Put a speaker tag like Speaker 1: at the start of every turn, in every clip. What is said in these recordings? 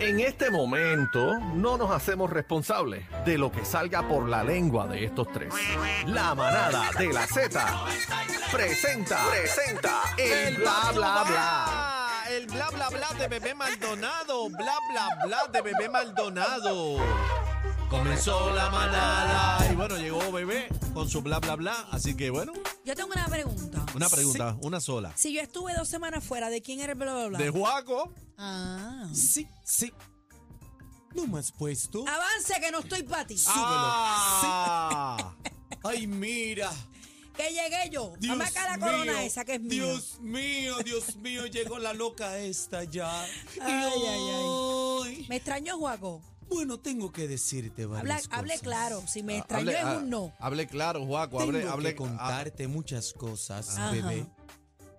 Speaker 1: En este momento no nos hacemos responsables de lo que salga por la lengua de estos tres. La manada de la Z presenta, presenta el bla bla bla.
Speaker 2: Ah, El bla bla bla de bebé Maldonado, bla bla bla de bebé Maldonado. Comenzó la manada. Y bueno, llegó bebé con su bla bla bla. Así que bueno,
Speaker 3: Yo tengo una pregunta.
Speaker 2: una pregunta, una sola.
Speaker 3: Si yo estuve dos semanas fuera, ¿de quién era el bla bla bla?
Speaker 2: De Juaco.
Speaker 3: Ah.
Speaker 4: Sí, sí. No me has puesto.
Speaker 3: Avance que no estoy para ti.
Speaker 2: Ah,
Speaker 4: Ay, mira.
Speaker 3: Que llegué yo.
Speaker 4: Dios
Speaker 3: Mamá acá la corona
Speaker 4: mío,
Speaker 3: esa que es mía.
Speaker 4: Dios mío, Dios mío, llegó la loca esta ya. Y
Speaker 3: Ay, ay,
Speaker 4: ay.
Speaker 3: Me extrañó, Juaco.
Speaker 4: Bueno, tengo que decirte,
Speaker 3: Habla-
Speaker 4: varias
Speaker 3: Hable
Speaker 4: cosas.
Speaker 3: claro. Si me extrañó
Speaker 2: hable,
Speaker 3: es
Speaker 2: ah,
Speaker 3: un no.
Speaker 2: Hable claro, Juaco. Hable,
Speaker 4: tengo
Speaker 2: hable ah.
Speaker 4: que contarte muchas cosas,
Speaker 3: Ajá.
Speaker 4: bebé.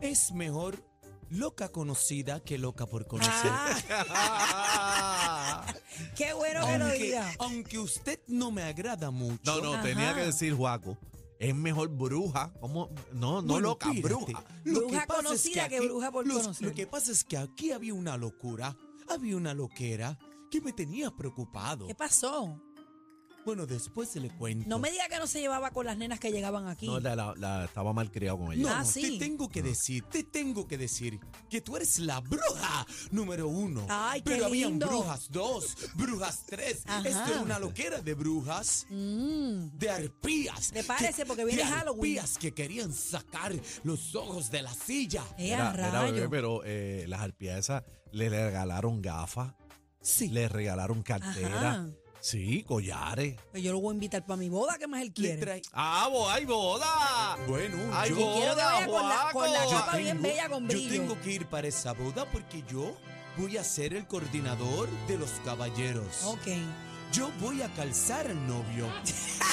Speaker 4: Es mejor loca conocida que loca por conocer.
Speaker 3: Ah,
Speaker 2: Ah.
Speaker 3: qué bueno que lo
Speaker 4: aunque,
Speaker 3: diga.
Speaker 4: aunque usted no me agrada mucho.
Speaker 2: No, no, tenía
Speaker 3: Ajá.
Speaker 2: que decir Juaco. Es mejor bruja. ¿Cómo? No, no
Speaker 4: Bueno,
Speaker 2: loca,
Speaker 4: pírate.
Speaker 2: bruja.
Speaker 4: Lo
Speaker 3: Bruja
Speaker 4: que pasa es
Speaker 3: conocida que
Speaker 4: aquí-
Speaker 3: bruja por
Speaker 4: los-
Speaker 3: conocer.
Speaker 4: Lo que pasa es que aquí había una locura, había una loquera que me tenía preocupado.
Speaker 3: ¿Qué pasó?
Speaker 4: Bueno, después se le cuento.
Speaker 3: No me diga que no se llevaba con las nenas que llegaban aquí.
Speaker 2: No, la, la- la- estaba mal criado con
Speaker 4: No,
Speaker 2: ella.
Speaker 3: Ah,
Speaker 4: no,
Speaker 3: sí.
Speaker 4: te tengo que decir, te tengo que decir que tú eres la bruja número uno.
Speaker 3: Ay, qué
Speaker 4: Pero habían
Speaker 3: lindo.
Speaker 4: brujas dos, brujas tres.
Speaker 3: Ajá.
Speaker 4: Esto era una loquera de brujas.
Speaker 3: Mm.
Speaker 4: de arpías.
Speaker 3: Prepárese,
Speaker 4: que-
Speaker 3: porque viene
Speaker 4: de
Speaker 3: Halloween.
Speaker 4: arpías que querían sacar los ojos de la silla.
Speaker 3: Eh,
Speaker 2: Era-
Speaker 3: a
Speaker 2: era
Speaker 3: rayo.
Speaker 2: bebé, pero eh, las arpías esas le regalaron gafas,
Speaker 4: Sí.
Speaker 2: le regalaron cartera,
Speaker 3: Ajá.
Speaker 2: sí, collares.
Speaker 3: Pues yo lo voy a invitar para mi boda, que más él
Speaker 4: le
Speaker 3: quiere.
Speaker 4: trae-
Speaker 2: ¡Ah, bo- hay boda!
Speaker 4: Bueno,
Speaker 2: Ay,
Speaker 4: yo,
Speaker 3: Y quiero que vaya con la, con la
Speaker 2: Guaco.
Speaker 4: yo
Speaker 3: capa bien
Speaker 4: tengo-
Speaker 3: bella con
Speaker 4: yo
Speaker 3: brillo.
Speaker 4: tengo que ir para esa boda porque yo voy a ser el coordinador de los caballeros.
Speaker 3: Ok.
Speaker 4: Yo voy a calzar al novio.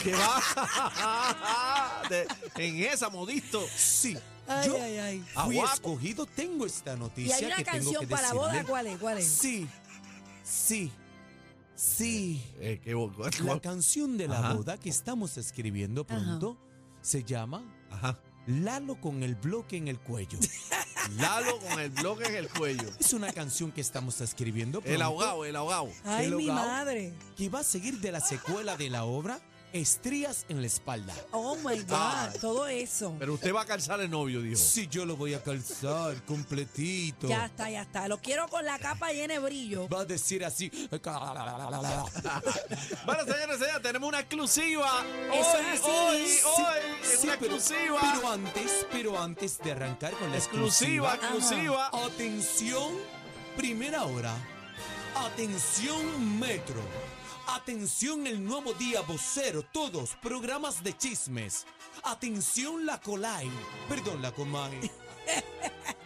Speaker 2: ¡Que va! De- en esa, modisto.
Speaker 4: Sí.
Speaker 3: Ay,
Speaker 4: yo
Speaker 3: ay, ay.
Speaker 4: fui
Speaker 2: Aguaco.
Speaker 4: escogido, tengo esta
Speaker 3: Y
Speaker 4: noticia
Speaker 3: hay una
Speaker 4: que tengo
Speaker 3: canción
Speaker 4: que
Speaker 3: para la boda,
Speaker 4: decirle.
Speaker 3: ¿cuál es? ¿Cuál es?
Speaker 4: Sí. Sí. Sí.
Speaker 2: Eh, qué bo-
Speaker 4: La canción de la
Speaker 2: Ajá.
Speaker 4: boda que estamos escribiendo
Speaker 3: Ajá.
Speaker 4: pronto se llama
Speaker 2: Ajá.
Speaker 4: Lalo con el bloque en el cuello.
Speaker 2: Lalo con el bloque en el cuello.
Speaker 4: es una canción que estamos escribiendo pronto
Speaker 2: El ahogado, el ahogado.
Speaker 3: Ay,
Speaker 4: El
Speaker 3: mi
Speaker 4: hogao.
Speaker 3: madre.
Speaker 4: que va a seguir de la secuela de la obra Estrías en la espalda.
Speaker 3: Oh my God,
Speaker 2: Ah.
Speaker 3: todo eso.
Speaker 2: Pero usted va a calzar el novio, dijo.
Speaker 4: Si yo lo voy a calzar completito.
Speaker 3: Ya está, ya está. Lo quiero con la capa llena de brillo.
Speaker 4: Va a decir así.
Speaker 2: Bueno, señores, señores, tenemos una exclusiva.
Speaker 3: Eso
Speaker 2: hoy,
Speaker 3: es así.
Speaker 2: hoy,
Speaker 3: Sí,
Speaker 2: hoy. Es
Speaker 4: Sí,
Speaker 2: una
Speaker 4: pero-
Speaker 2: exclusiva.
Speaker 4: Pero antes, pero antes de arrancar con la
Speaker 2: exclusiva,
Speaker 3: Ajá.
Speaker 2: exclusiva.
Speaker 4: Atención, primera hora. Atención, metro. Atención, el nuevo día vocero. Todos, programas de chismes. Atención, la Colai. Perdón, la Comay.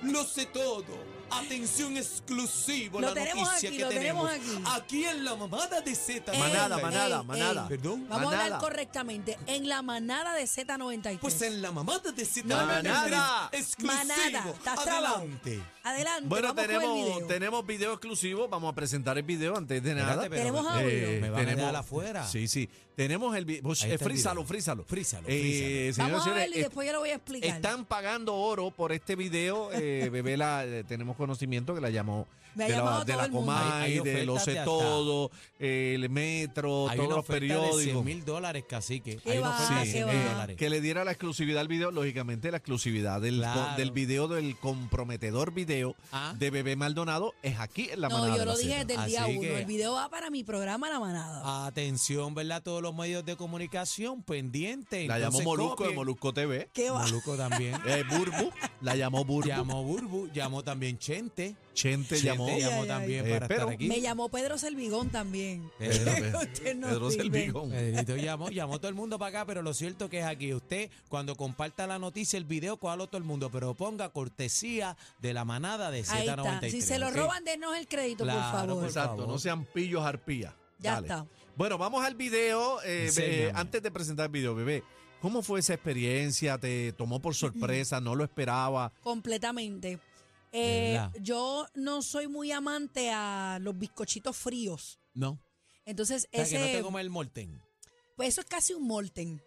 Speaker 4: Lo sé todo. Atención exclusivo.
Speaker 3: Lo
Speaker 4: la
Speaker 3: tenemos
Speaker 4: noticia
Speaker 3: aquí,
Speaker 4: que
Speaker 3: lo tenemos
Speaker 4: aquí. en la mamada de Z.
Speaker 3: Ey,
Speaker 2: Manada,
Speaker 3: ey,
Speaker 2: manada,
Speaker 3: ey.
Speaker 2: manada.
Speaker 4: Perdón.
Speaker 3: Vamos a
Speaker 2: Manada.
Speaker 3: hablar correctamente. En la manada de Z93.
Speaker 4: Pues en la mamada de Z.
Speaker 2: Manada.
Speaker 4: Exclusivo.
Speaker 3: Manada, estás trabado.
Speaker 4: Adelante.
Speaker 3: Adelante,
Speaker 2: Bueno,
Speaker 3: vamos con el
Speaker 2: tenemos,
Speaker 3: video.
Speaker 2: tenemos video exclusivo. Vamos a presentar el video antes de nada.
Speaker 4: Espérate, pero
Speaker 3: Tenemos
Speaker 4: me-
Speaker 3: audio.
Speaker 4: eh, me van a
Speaker 2: tenemos-
Speaker 4: dejar afuera.
Speaker 2: Sí, sí. Tenemos el video.
Speaker 4: está el
Speaker 2: frízalo,
Speaker 4: video.
Speaker 2: frízalo.
Speaker 4: Frízalo,
Speaker 2: Eh, señoras
Speaker 3: Vamos a
Speaker 2: señores,
Speaker 3: verlo y
Speaker 2: est-
Speaker 3: después yo lo voy a explicar.
Speaker 2: Están pagando oro por este video. Eh, bebé, la, eh, tenemos conocimiento que la llamó
Speaker 3: Me ha
Speaker 2: de
Speaker 3: llamado
Speaker 2: la, de
Speaker 3: todo
Speaker 2: la
Speaker 3: el mundo.
Speaker 2: Comay,
Speaker 4: Hay- hay
Speaker 2: de Lo
Speaker 4: ofertas
Speaker 2: Sé
Speaker 4: de hasta-
Speaker 2: Todo, el Metro,
Speaker 4: Hay
Speaker 2: todos
Speaker 4: una
Speaker 2: los
Speaker 4: oferta de 100
Speaker 2: periódicos.
Speaker 4: mil dólares, cacique.
Speaker 3: Qué
Speaker 4: Hay una
Speaker 3: va,
Speaker 4: oferta de
Speaker 2: qué
Speaker 4: 100
Speaker 2: va.
Speaker 4: mil dólares.
Speaker 2: Que le diera la exclusividad al video, lógicamente la exclusividad del,
Speaker 4: Claro.
Speaker 2: del video, del comprometedor video
Speaker 4: Ah.
Speaker 2: de Bebé Maldonado es aquí en la manada.
Speaker 3: no, yo
Speaker 2: de la
Speaker 3: lo dije
Speaker 2: Zeta.
Speaker 3: desde el día
Speaker 4: Así
Speaker 3: uno.
Speaker 4: que-
Speaker 3: El video va para mi programa La Manada.
Speaker 2: Ah,
Speaker 4: Atención, ¿verdad? Todos los medios de comunicación pendientes.
Speaker 2: La llamó
Speaker 4: Entonces,
Speaker 2: Molusco de
Speaker 4: copien.
Speaker 2: Molusco TV.
Speaker 3: ¿Qué va?
Speaker 4: Molusco también.
Speaker 2: Eh, Burbu, la llamó Burbu.
Speaker 4: llamó Burbu, llamó también Chente.
Speaker 2: Chente llamó.
Speaker 4: Chente
Speaker 3: Ay,
Speaker 4: llamó
Speaker 3: ay,
Speaker 4: también
Speaker 2: ay. Eh,
Speaker 4: para
Speaker 2: pero-
Speaker 4: estar aquí.
Speaker 3: Me llamó Pedro Servigón también.
Speaker 4: Pedro,
Speaker 3: Usted no
Speaker 2: Pedro
Speaker 3: sirve.
Speaker 2: Servigón.
Speaker 4: Pedrito llamó, llamó todo el mundo para acá, pero lo cierto que es aquí. Usted, cuando comparta la noticia, el video, cuál todo el mundo, pero ponga cortesía de la manada de
Speaker 3: Ahí
Speaker 4: Z93.
Speaker 3: está. Si se lo
Speaker 4: ¿ok?
Speaker 3: roban, denos el crédito, por
Speaker 4: Claro,
Speaker 3: favor.
Speaker 4: por
Speaker 2: Exacto,
Speaker 4: favor.
Speaker 2: no sean pillos arpías.
Speaker 3: Ya
Speaker 2: Dale.
Speaker 3: está.
Speaker 2: Bueno, vamos al video. eh,
Speaker 4: Enséñame.
Speaker 2: eh, antes de presentar el video, bebé, ¿cómo fue esa experiencia? ¿Te tomó por sorpresa? ¿No lo esperaba?
Speaker 3: Completamente. Eh,
Speaker 4: ¿Verdad?
Speaker 3: yo no soy muy amante a los bizcochitos fríos.
Speaker 4: No. O
Speaker 3: Entonces,
Speaker 4: sea, que no
Speaker 3: ese,
Speaker 4: te come el molten.
Speaker 3: pues eso es casi un molten.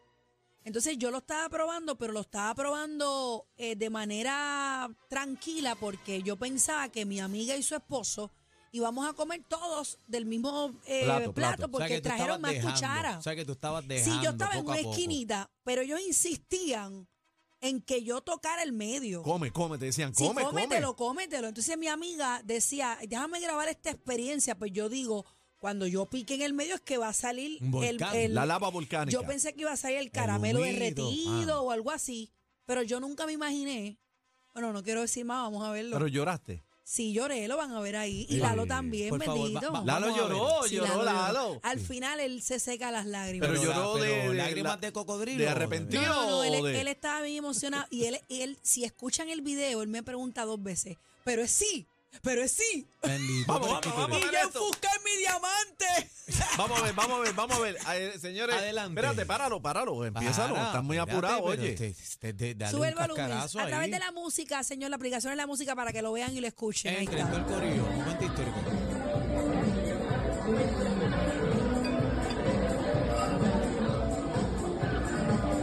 Speaker 3: Entonces, yo lo estaba probando, pero lo estaba probando eh, de manera tranquila porque yo pensaba que mi amiga y su esposo y vamos a comer todos del mismo eh, plato,
Speaker 4: plato, plato. O sea,
Speaker 3: porque
Speaker 4: que tú estabas
Speaker 3: trajeron más
Speaker 4: dejando,
Speaker 3: cuchara.
Speaker 4: O sea, que tú estabas
Speaker 3: Si
Speaker 4: dejando
Speaker 3: yo estaba en
Speaker 4: poco a
Speaker 3: una
Speaker 4: poco.
Speaker 3: esquinita, pero ellos insistían en que yo tocara el medio.
Speaker 2: Come, come, te decían,
Speaker 3: Sí,
Speaker 2: come, come.
Speaker 3: cómetelo, cómetelo. Entonces mi amiga decía, déjame grabar esta experiencia. Pues yo digo, cuando yo pique en el medio es que va a salir
Speaker 4: Un
Speaker 3: el,
Speaker 4: volcán,
Speaker 3: el-
Speaker 2: La lava volcánica.
Speaker 3: Yo pensé que iba a salir el caramelo
Speaker 4: humido,
Speaker 3: derretido
Speaker 4: ah.
Speaker 3: o algo así, pero yo nunca me imaginé. Bueno, no quiero decir más, vamos a verlo.
Speaker 2: Pero lloraste.
Speaker 3: sí, lloré, lo van a ver ahí. Y
Speaker 4: Sí.
Speaker 3: Lalo también,
Speaker 4: Por favor,
Speaker 3: bendito.
Speaker 4: va- va-
Speaker 2: Lalo
Speaker 4: Vamos a ver.
Speaker 2: lloró,
Speaker 3: Sí,
Speaker 2: lloró Lalo.
Speaker 3: Al final él se seca las lágrimas.
Speaker 2: Pero
Speaker 4: Pero
Speaker 2: lloró
Speaker 4: la- pero
Speaker 2: de- de
Speaker 4: lágrimas
Speaker 2: la-
Speaker 4: de cocodrilo.
Speaker 2: de arrepentido.
Speaker 3: No, no, no, él,
Speaker 2: de-
Speaker 3: él estaba bien emocionado. Y él, y él, si escuchan el video, él me pregunta dos veces, pero es sí, pero es sí.
Speaker 4: Ah, Bendito,
Speaker 2: Vamos,
Speaker 4: pero es que
Speaker 2: vamos,
Speaker 4: tú
Speaker 3: Y
Speaker 2: vamos.
Speaker 4: eres-
Speaker 3: yo enfusqué mi diamante.
Speaker 2: Vamos a ver, vamos a ver, vamos a ver. A ver, señores,
Speaker 4: Adelante.
Speaker 2: espérate, páralo, páralo. Empiézalo.
Speaker 4: Para,
Speaker 2: Estás muy
Speaker 4: espérate,
Speaker 2: apurado,
Speaker 4: pero este-
Speaker 2: oye.
Speaker 4: te- te- te- dale
Speaker 3: Sube
Speaker 4: un
Speaker 3: el volumen. A
Speaker 4: cascarazo
Speaker 3: través
Speaker 4: ahí.
Speaker 3: de la música, señor, la aplicación de la música para que lo vean y lo escuchen. Ahí
Speaker 4: Entre
Speaker 3: está.
Speaker 4: todo el corillo. Momento histórico.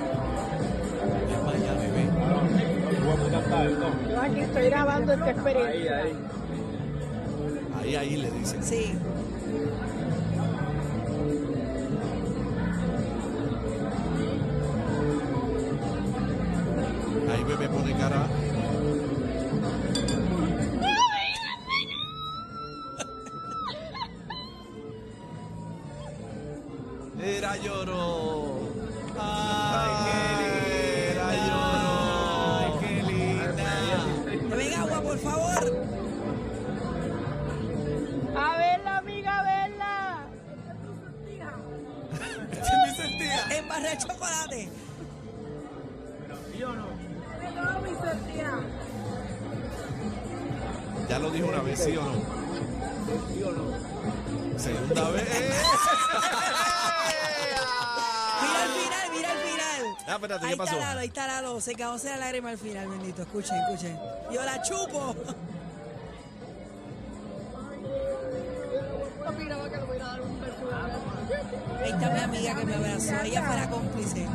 Speaker 4: Es para allá, bebé.
Speaker 5: Yo aquí estoy grabando esta experiencia.
Speaker 2: Ahí, ahí le dicen.
Speaker 3: Sí.
Speaker 2: Ahí bebé pone cara. Era lloró. Ay, qué linda. Era lloró. Ay, qué linda.
Speaker 3: Venga, agua, por favor.
Speaker 5: A verla, amiga, a verla.
Speaker 2: me sentía.
Speaker 3: Embarré el chocolate.
Speaker 2: Ya lo dijo una vez, ¿sí o no? ¿Sí o no? Segunda vez.
Speaker 3: Mira al final, mira al final.
Speaker 2: Ah, espérate, ¿qué
Speaker 3: ahí
Speaker 2: pasó?
Speaker 3: está Lalo, ahí está Lalo. Se cagó la lágrima al final, bendito. Escuchen, escuchen. Yo la chupo. Ahí está mi amiga que me abrazó. Ella fuera cómplice.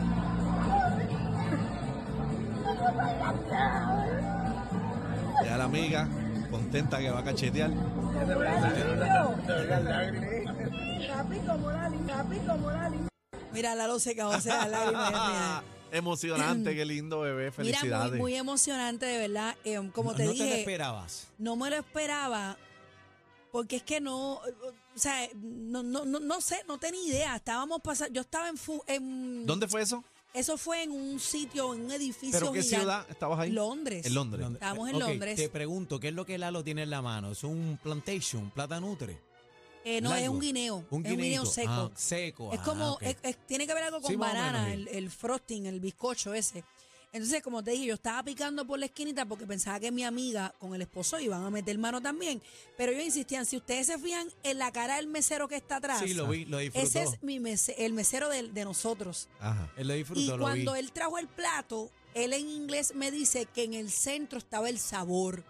Speaker 2: Ya la amiga, contenta que va a cachetear.
Speaker 5: Capi como Lali, capi como Lali.
Speaker 3: Mira, Lalo se cagó la lágrima al final.
Speaker 2: Ah, Emocionante, qué lindo bebé,
Speaker 3: Mira,
Speaker 2: felicidades.
Speaker 3: muy, muy emocionante, de verdad. Em, como
Speaker 4: no,
Speaker 3: te
Speaker 4: no
Speaker 3: dije,
Speaker 4: te lo esperabas.
Speaker 3: no me lo esperaba porque es que no, o sea, no, no, no, no sé, no tenía idea. Estábamos pasando, yo estaba en, fu- en-
Speaker 2: ¿Dónde fue eso?
Speaker 3: Eso fue en un sitio, en un edificio
Speaker 2: ¿Pero qué
Speaker 3: gigante.
Speaker 2: ciudad estabas ahí?
Speaker 3: Londres.
Speaker 2: En Londres.
Speaker 4: Londres.
Speaker 3: Estábamos en
Speaker 4: Ok,
Speaker 3: Londres.
Speaker 4: Te pregunto, ¿qué es lo que Lalo tiene en la mano? ¿Es un plantation, un plata nutre?
Speaker 3: Eh, no, es
Speaker 4: Largo.
Speaker 3: un guineo.
Speaker 4: Un
Speaker 3: es un guineo
Speaker 4: guineito.
Speaker 3: seco.
Speaker 4: Ah, seco.
Speaker 3: Es
Speaker 4: ah,
Speaker 3: como,
Speaker 4: ok.
Speaker 3: es- es- tiene que ver algo con
Speaker 4: Sí, más o
Speaker 3: banana,
Speaker 4: menos,
Speaker 3: el, el frosting, el bizcocho ese. Entonces, como te dije, yo estaba picando por la esquinita porque pensaba que mi amiga con el esposo iban a meter mano también. Pero ellos insistían, si ustedes se fijan en la cara del mesero que está atrás,
Speaker 4: Sí, lo vi, lo disfrutó.
Speaker 3: ese es mi mese- el mesero del- de, nosotros.
Speaker 2: Ajá.
Speaker 4: Él lo disfrutó,
Speaker 3: y
Speaker 4: lo vi.
Speaker 3: cuando él trajo el plato, él en inglés me dice que en el centro estaba el sabor.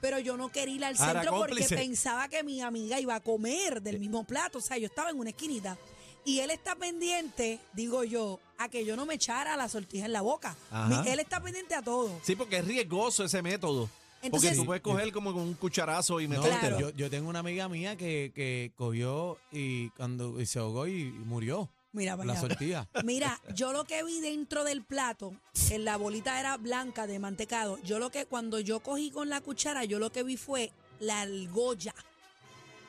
Speaker 3: Pero yo no quería ir al
Speaker 2: Ahora,
Speaker 3: centro porque
Speaker 2: cómplice. Eh.
Speaker 3: pensaba que mi amiga iba a comer del mismo plato. O sea, yo estaba en una esquinita. Y él está pendiente, digo yo, a que yo no me echara la sortija en la boca.
Speaker 2: Ajá.
Speaker 3: Mi- Él está pendiente a todo.
Speaker 2: Sí, porque es riesgoso ese método. porque
Speaker 3: Entonces-
Speaker 2: tú puedes coger como con un cucharazo y
Speaker 4: No,
Speaker 2: metértelo.
Speaker 3: Claro.
Speaker 4: yo, yo tengo una amiga mía que, que cogió y cuando y se ahogó y murió.
Speaker 3: Mira, para
Speaker 4: La
Speaker 3: allá.
Speaker 4: sortija.
Speaker 3: Mira, yo lo que vi dentro del plato, en la bolita era blanca de mantecado. Yo lo que cuando yo cogí con la cuchara, yo lo que vi fue la argolla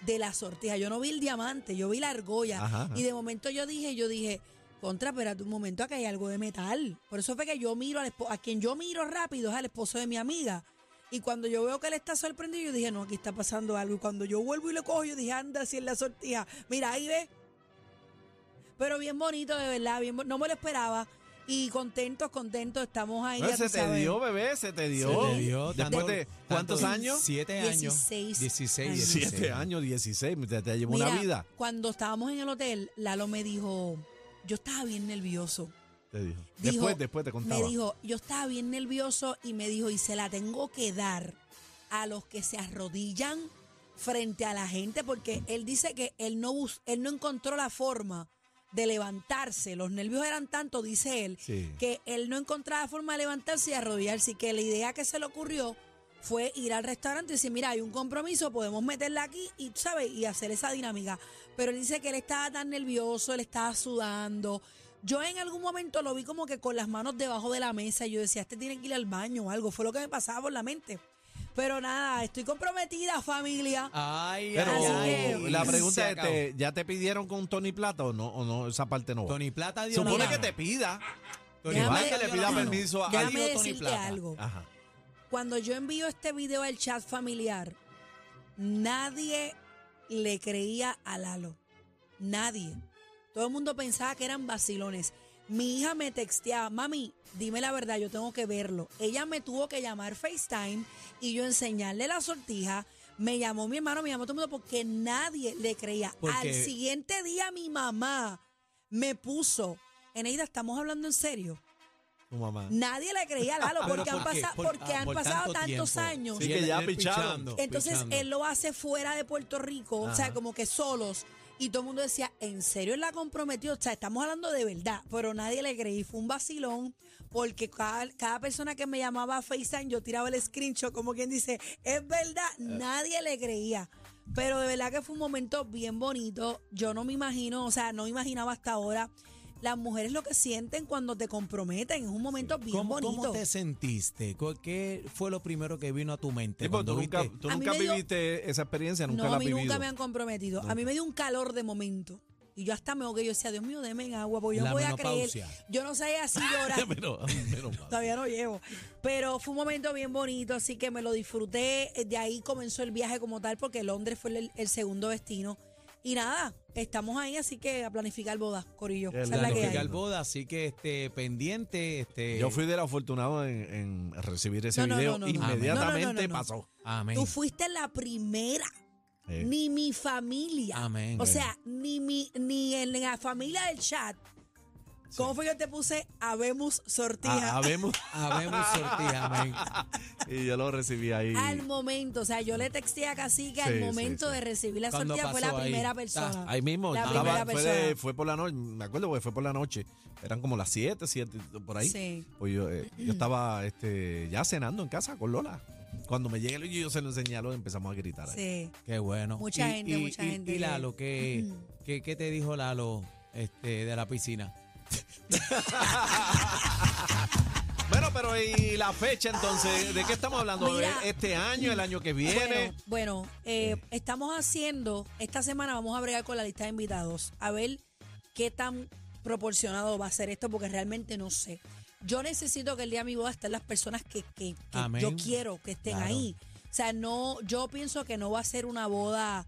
Speaker 3: de la sortija. Yo no vi el diamante, yo vi la argolla.
Speaker 2: Ajá, ajá.
Speaker 3: Y de momento yo dije, yo dije, contra, espérate un momento, acá hay algo de metal. Por eso fue que yo miro al esposo, a quien yo miro rápido es al esposo de mi amiga. Y cuando yo veo que él está sorprendido, yo dije, no, aquí está pasando algo. Y cuando yo vuelvo y lo cojo, yo dije, anda, si es la sortija. Mira, ahí ves. Pero bien bonito, de verdad, bien bo- no me lo esperaba. Y contentos, contentos, estamos ahí.
Speaker 2: Eh,
Speaker 3: ya tú
Speaker 2: se te
Speaker 3: sabes.
Speaker 2: dio, bebé, se te dio.
Speaker 4: Se le dio
Speaker 2: Después
Speaker 4: tanto-
Speaker 2: de cuántos
Speaker 4: tanto-
Speaker 2: años?
Speaker 4: Siete años.
Speaker 3: 16
Speaker 4: 16,
Speaker 3: años.
Speaker 4: 16.
Speaker 2: Siete años, 16, te, te llevó una
Speaker 3: Mira,
Speaker 2: vida.
Speaker 3: Cuando estábamos en el hotel, Lalo me dijo, yo estaba bien nervioso.
Speaker 2: Te dijo.
Speaker 3: Dijo-
Speaker 2: después, después te contaba.
Speaker 3: Me dijo, yo estaba bien nervioso y me dijo, y se la tengo que dar a los que se arrodillan frente a la gente, porque él dice que él no, bus- él no encontró la forma de levantarse. Los nervios eran tanto, dice él,
Speaker 2: Sí.
Speaker 3: que él no encontraba forma de levantarse y arrodillarse, y que la idea que se le ocurrió fue ir al restaurante y decir, mira, hay un compromiso, podemos meterla aquí y, tú ¿sabes? Y hacer esa dinámica. Pero él dice que él estaba tan nervioso, él estaba sudando. Yo en algún momento lo vi como que con las manos debajo de la mesa y yo decía, este tiene que ir al baño o algo. Fue lo que me pasaba por la mente. Pero nada, estoy comprometida, familia.
Speaker 2: Ah,
Speaker 4: Ay,
Speaker 2: Pero
Speaker 4: ay,
Speaker 3: Así que-
Speaker 2: la
Speaker 4: se
Speaker 2: pregunta es, este,
Speaker 4: acabó.
Speaker 2: ¿te- ¿ya te pidieron con Tony Plata o no? ¿O no? Esa parte no va.
Speaker 4: Tony Plata dio
Speaker 2: Supone
Speaker 4: la
Speaker 2: que
Speaker 4: mano.
Speaker 2: te pida.
Speaker 4: Tony
Speaker 2: Déjame-
Speaker 4: Plata
Speaker 2: que le
Speaker 4: dio
Speaker 2: pida
Speaker 4: la mano.
Speaker 2: permiso a-
Speaker 4: Dio
Speaker 3: Déjame
Speaker 4: Tony
Speaker 3: decirte
Speaker 4: Plata.
Speaker 3: algo.
Speaker 2: Ajá.
Speaker 3: Cuando yo envío este video al chat familiar, nadie le creía a Lalo. Nadie. Todo el mundo pensaba que eran vacilones. Mi hija me texteaba, mami, dime la verdad, yo tengo que verlo. Ella me tuvo que llamar FaceTime y yo enseñarle la sortija. Me llamó mi hermano, me llamó todo el mundo porque nadie le creía. Al
Speaker 4: Porque-
Speaker 3: siguiente día mi mamá me puso, Eneida, estamos hablando en serio.
Speaker 2: Tu mamá.
Speaker 3: Nadie le creía a Lalo
Speaker 4: Ah, Pero
Speaker 3: porque han,
Speaker 4: ¿por qué?
Speaker 3: pasado,
Speaker 4: Por-
Speaker 3: porque
Speaker 4: ah,
Speaker 3: han
Speaker 4: por
Speaker 3: pasado
Speaker 4: tanto
Speaker 3: tantos
Speaker 4: tiempo.
Speaker 3: años.
Speaker 2: Sí,
Speaker 4: Y
Speaker 2: que
Speaker 4: él-
Speaker 2: ya
Speaker 4: él
Speaker 2: picharon.
Speaker 4: pichando,
Speaker 3: Entonces
Speaker 4: pichando.
Speaker 3: él lo hace fuera de Puerto Rico, o sea,
Speaker 2: Ajá.
Speaker 3: como que solos. Y todo el mundo decía, ¿en serio él la comprometió? O sea, estamos hablando de verdad, pero nadie le creí. Fue un vacilón, porque cada, cada persona que me llamaba a FaceTime, yo tiraba el screenshot, como quien dice, es verdad,
Speaker 4: Eh.
Speaker 3: nadie le creía. Pero de verdad que fue un momento bien bonito. Yo no me imagino, o sea, no imaginaba hasta ahora las mujeres lo que sienten cuando te comprometen. Es un momento bien
Speaker 4: ¿Cómo,
Speaker 3: bonito.
Speaker 4: ¿Cómo te sentiste? ¿Cu- ¿Qué fue lo primero que vino a tu mente?
Speaker 2: Sí, porque
Speaker 4: cuando
Speaker 2: pues, tú nunca,
Speaker 4: viste?
Speaker 2: tú
Speaker 3: A mí
Speaker 2: nunca
Speaker 3: me dio-
Speaker 2: viviste esa experiencia, nunca
Speaker 3: no,
Speaker 2: la
Speaker 3: a
Speaker 2: has
Speaker 3: mí
Speaker 2: vivido.
Speaker 3: nunca me han comprometido. A mí me dio un calor de momento. Y yo hasta me ahogué. Yo decía, Dios mío, deme en agua, porque Pues yo
Speaker 4: La
Speaker 3: no voy a creer.
Speaker 4: menopausia.
Speaker 3: Yo no sabía así llorar.
Speaker 2: Pero- pero,
Speaker 3: Todavía no llevo. Pero fue un momento bien bonito, así que me lo disfruté. Eh, De ahí comenzó el viaje como tal, porque Londres fue el, el segundo destino. Y nada, estamos ahí, así que a planificar bodas, Corillo.
Speaker 2: Qué
Speaker 3: Esa es la que
Speaker 4: planificar
Speaker 3: hay.
Speaker 2: lindo.
Speaker 4: boda, así que este pendiente, este
Speaker 2: Yo fui del afortunado en, en recibir ese
Speaker 3: No, no,
Speaker 2: video.
Speaker 3: no, no, no.
Speaker 2: Inmediatamente
Speaker 3: No, no, no, no.
Speaker 2: pasó.
Speaker 4: Amén.
Speaker 3: Tú fuiste la primera.
Speaker 2: Eh,
Speaker 3: Ni mi familia.
Speaker 4: Amén.
Speaker 3: O sea, ni mi, ni en la familia del chat. ¿Cómo fue que te puse? Habemos sortija.
Speaker 2: ah, habemos-
Speaker 4: Habemos sortija, amén.
Speaker 2: y yo lo recibí ahí.
Speaker 3: al momento, o sea, yo le texté a Cacique
Speaker 2: Sí,
Speaker 3: al
Speaker 2: sí,
Speaker 3: momento
Speaker 2: sí.
Speaker 3: de recibir la
Speaker 4: Cuando
Speaker 3: sortija, fue la
Speaker 4: pasó ahí.
Speaker 3: primera
Speaker 4: Ah,
Speaker 3: persona.
Speaker 2: Ahí mismo,
Speaker 3: La
Speaker 2: yo estaba-
Speaker 3: primera
Speaker 2: fue, de-
Speaker 3: persona.
Speaker 2: fue por la noche, me acuerdo porque fue por la noche, eran como las 7, 7, por ahí.
Speaker 3: Sí.
Speaker 2: Pues yo, eh, yo estaba este, ya cenando en casa con Lola. Cuando me llegue Luigi, yo se lo enseñé a Lola y empezamos a gritar. ahí.
Speaker 3: Sí.
Speaker 4: Qué bueno.
Speaker 3: Mucha gente, mucha
Speaker 4: y-
Speaker 3: gente
Speaker 4: Y
Speaker 3: que-
Speaker 4: Lalo, ¿qué, qué, qué te dijo Lalo este, de la piscina?
Speaker 2: Bueno, pero ¿y la fecha entonces? ¿De qué estamos hablando?
Speaker 3: Mira.
Speaker 2: ¿E- ¿Este año, el año que viene?
Speaker 3: Bueno, bueno, eh, estamos haciendo, esta semana vamos a bregar con la lista de invitados, a ver qué tan proporcionado va a ser esto, porque realmente no sé. Yo necesito que el día de mi boda estén las personas que, que- que
Speaker 4: Amén.
Speaker 3: yo quiero que estén
Speaker 4: Claro.
Speaker 3: ahí. O sea, no, yo pienso que no va a ser una boda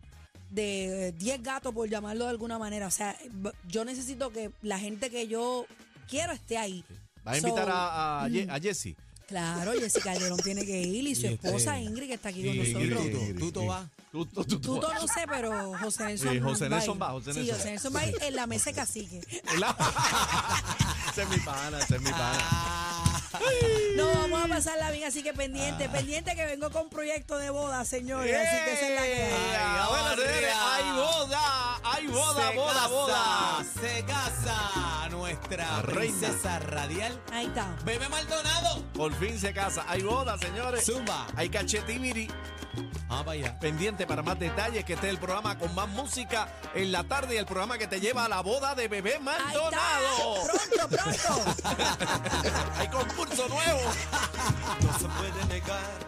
Speaker 3: de eh, 10 gatos, por llamarlo de alguna manera. O sea, b- yo necesito que la gente que yo quiero esté ahí.
Speaker 2: ¿Va a invitar
Speaker 3: So, mm.
Speaker 2: a, a, Ye- a Jessy?
Speaker 3: Claro, Jessica Calderón tiene que ir y su
Speaker 4: Y este-
Speaker 3: esposa Ingrid, que está aquí con
Speaker 4: Y-
Speaker 3: nosotros.
Speaker 4: Ingrid, Tuto, Tuto va.
Speaker 2: Tú- tú- tú- tú-
Speaker 3: Tuto no sé, pero José Nelson
Speaker 2: Sí, José Nelson
Speaker 3: Bay.
Speaker 2: va, José
Speaker 3: Sí,
Speaker 2: Nelson.
Speaker 3: José Nelson va en la mesa de cacique.
Speaker 2: Ese es mi pana, ese es mi
Speaker 3: Ah,
Speaker 2: pana.
Speaker 3: No, vamos a pasarla bien, así que
Speaker 2: Ah.
Speaker 3: pendiente, pendiente que vengo con proyecto de boda, señores. Así que esa es la que hay.
Speaker 2: Ah, bueno,
Speaker 4: Ay,
Speaker 2: señores,
Speaker 4: ahora.
Speaker 2: ¡Hay boda! ¡Hay boda,
Speaker 4: Se
Speaker 2: boda,
Speaker 4: casa,
Speaker 2: boda!
Speaker 4: Se casa nuestra
Speaker 2: Reina.
Speaker 4: princesa radial,
Speaker 3: Ahí está.
Speaker 4: Bebé Maldonado.
Speaker 2: Por fin se casa. Hay boda, señores.
Speaker 4: Zumba.
Speaker 2: Hay cachetimiri.
Speaker 4: Ah, vaya.
Speaker 2: Pendiente para más detalles, que esté el programa con más música en la tarde y el programa que te lleva a la boda de Bebé
Speaker 3: Ahí está.
Speaker 2: Maldonado.
Speaker 3: Pronto, pronto.
Speaker 2: Hay concurso nuevo. No se puede negar.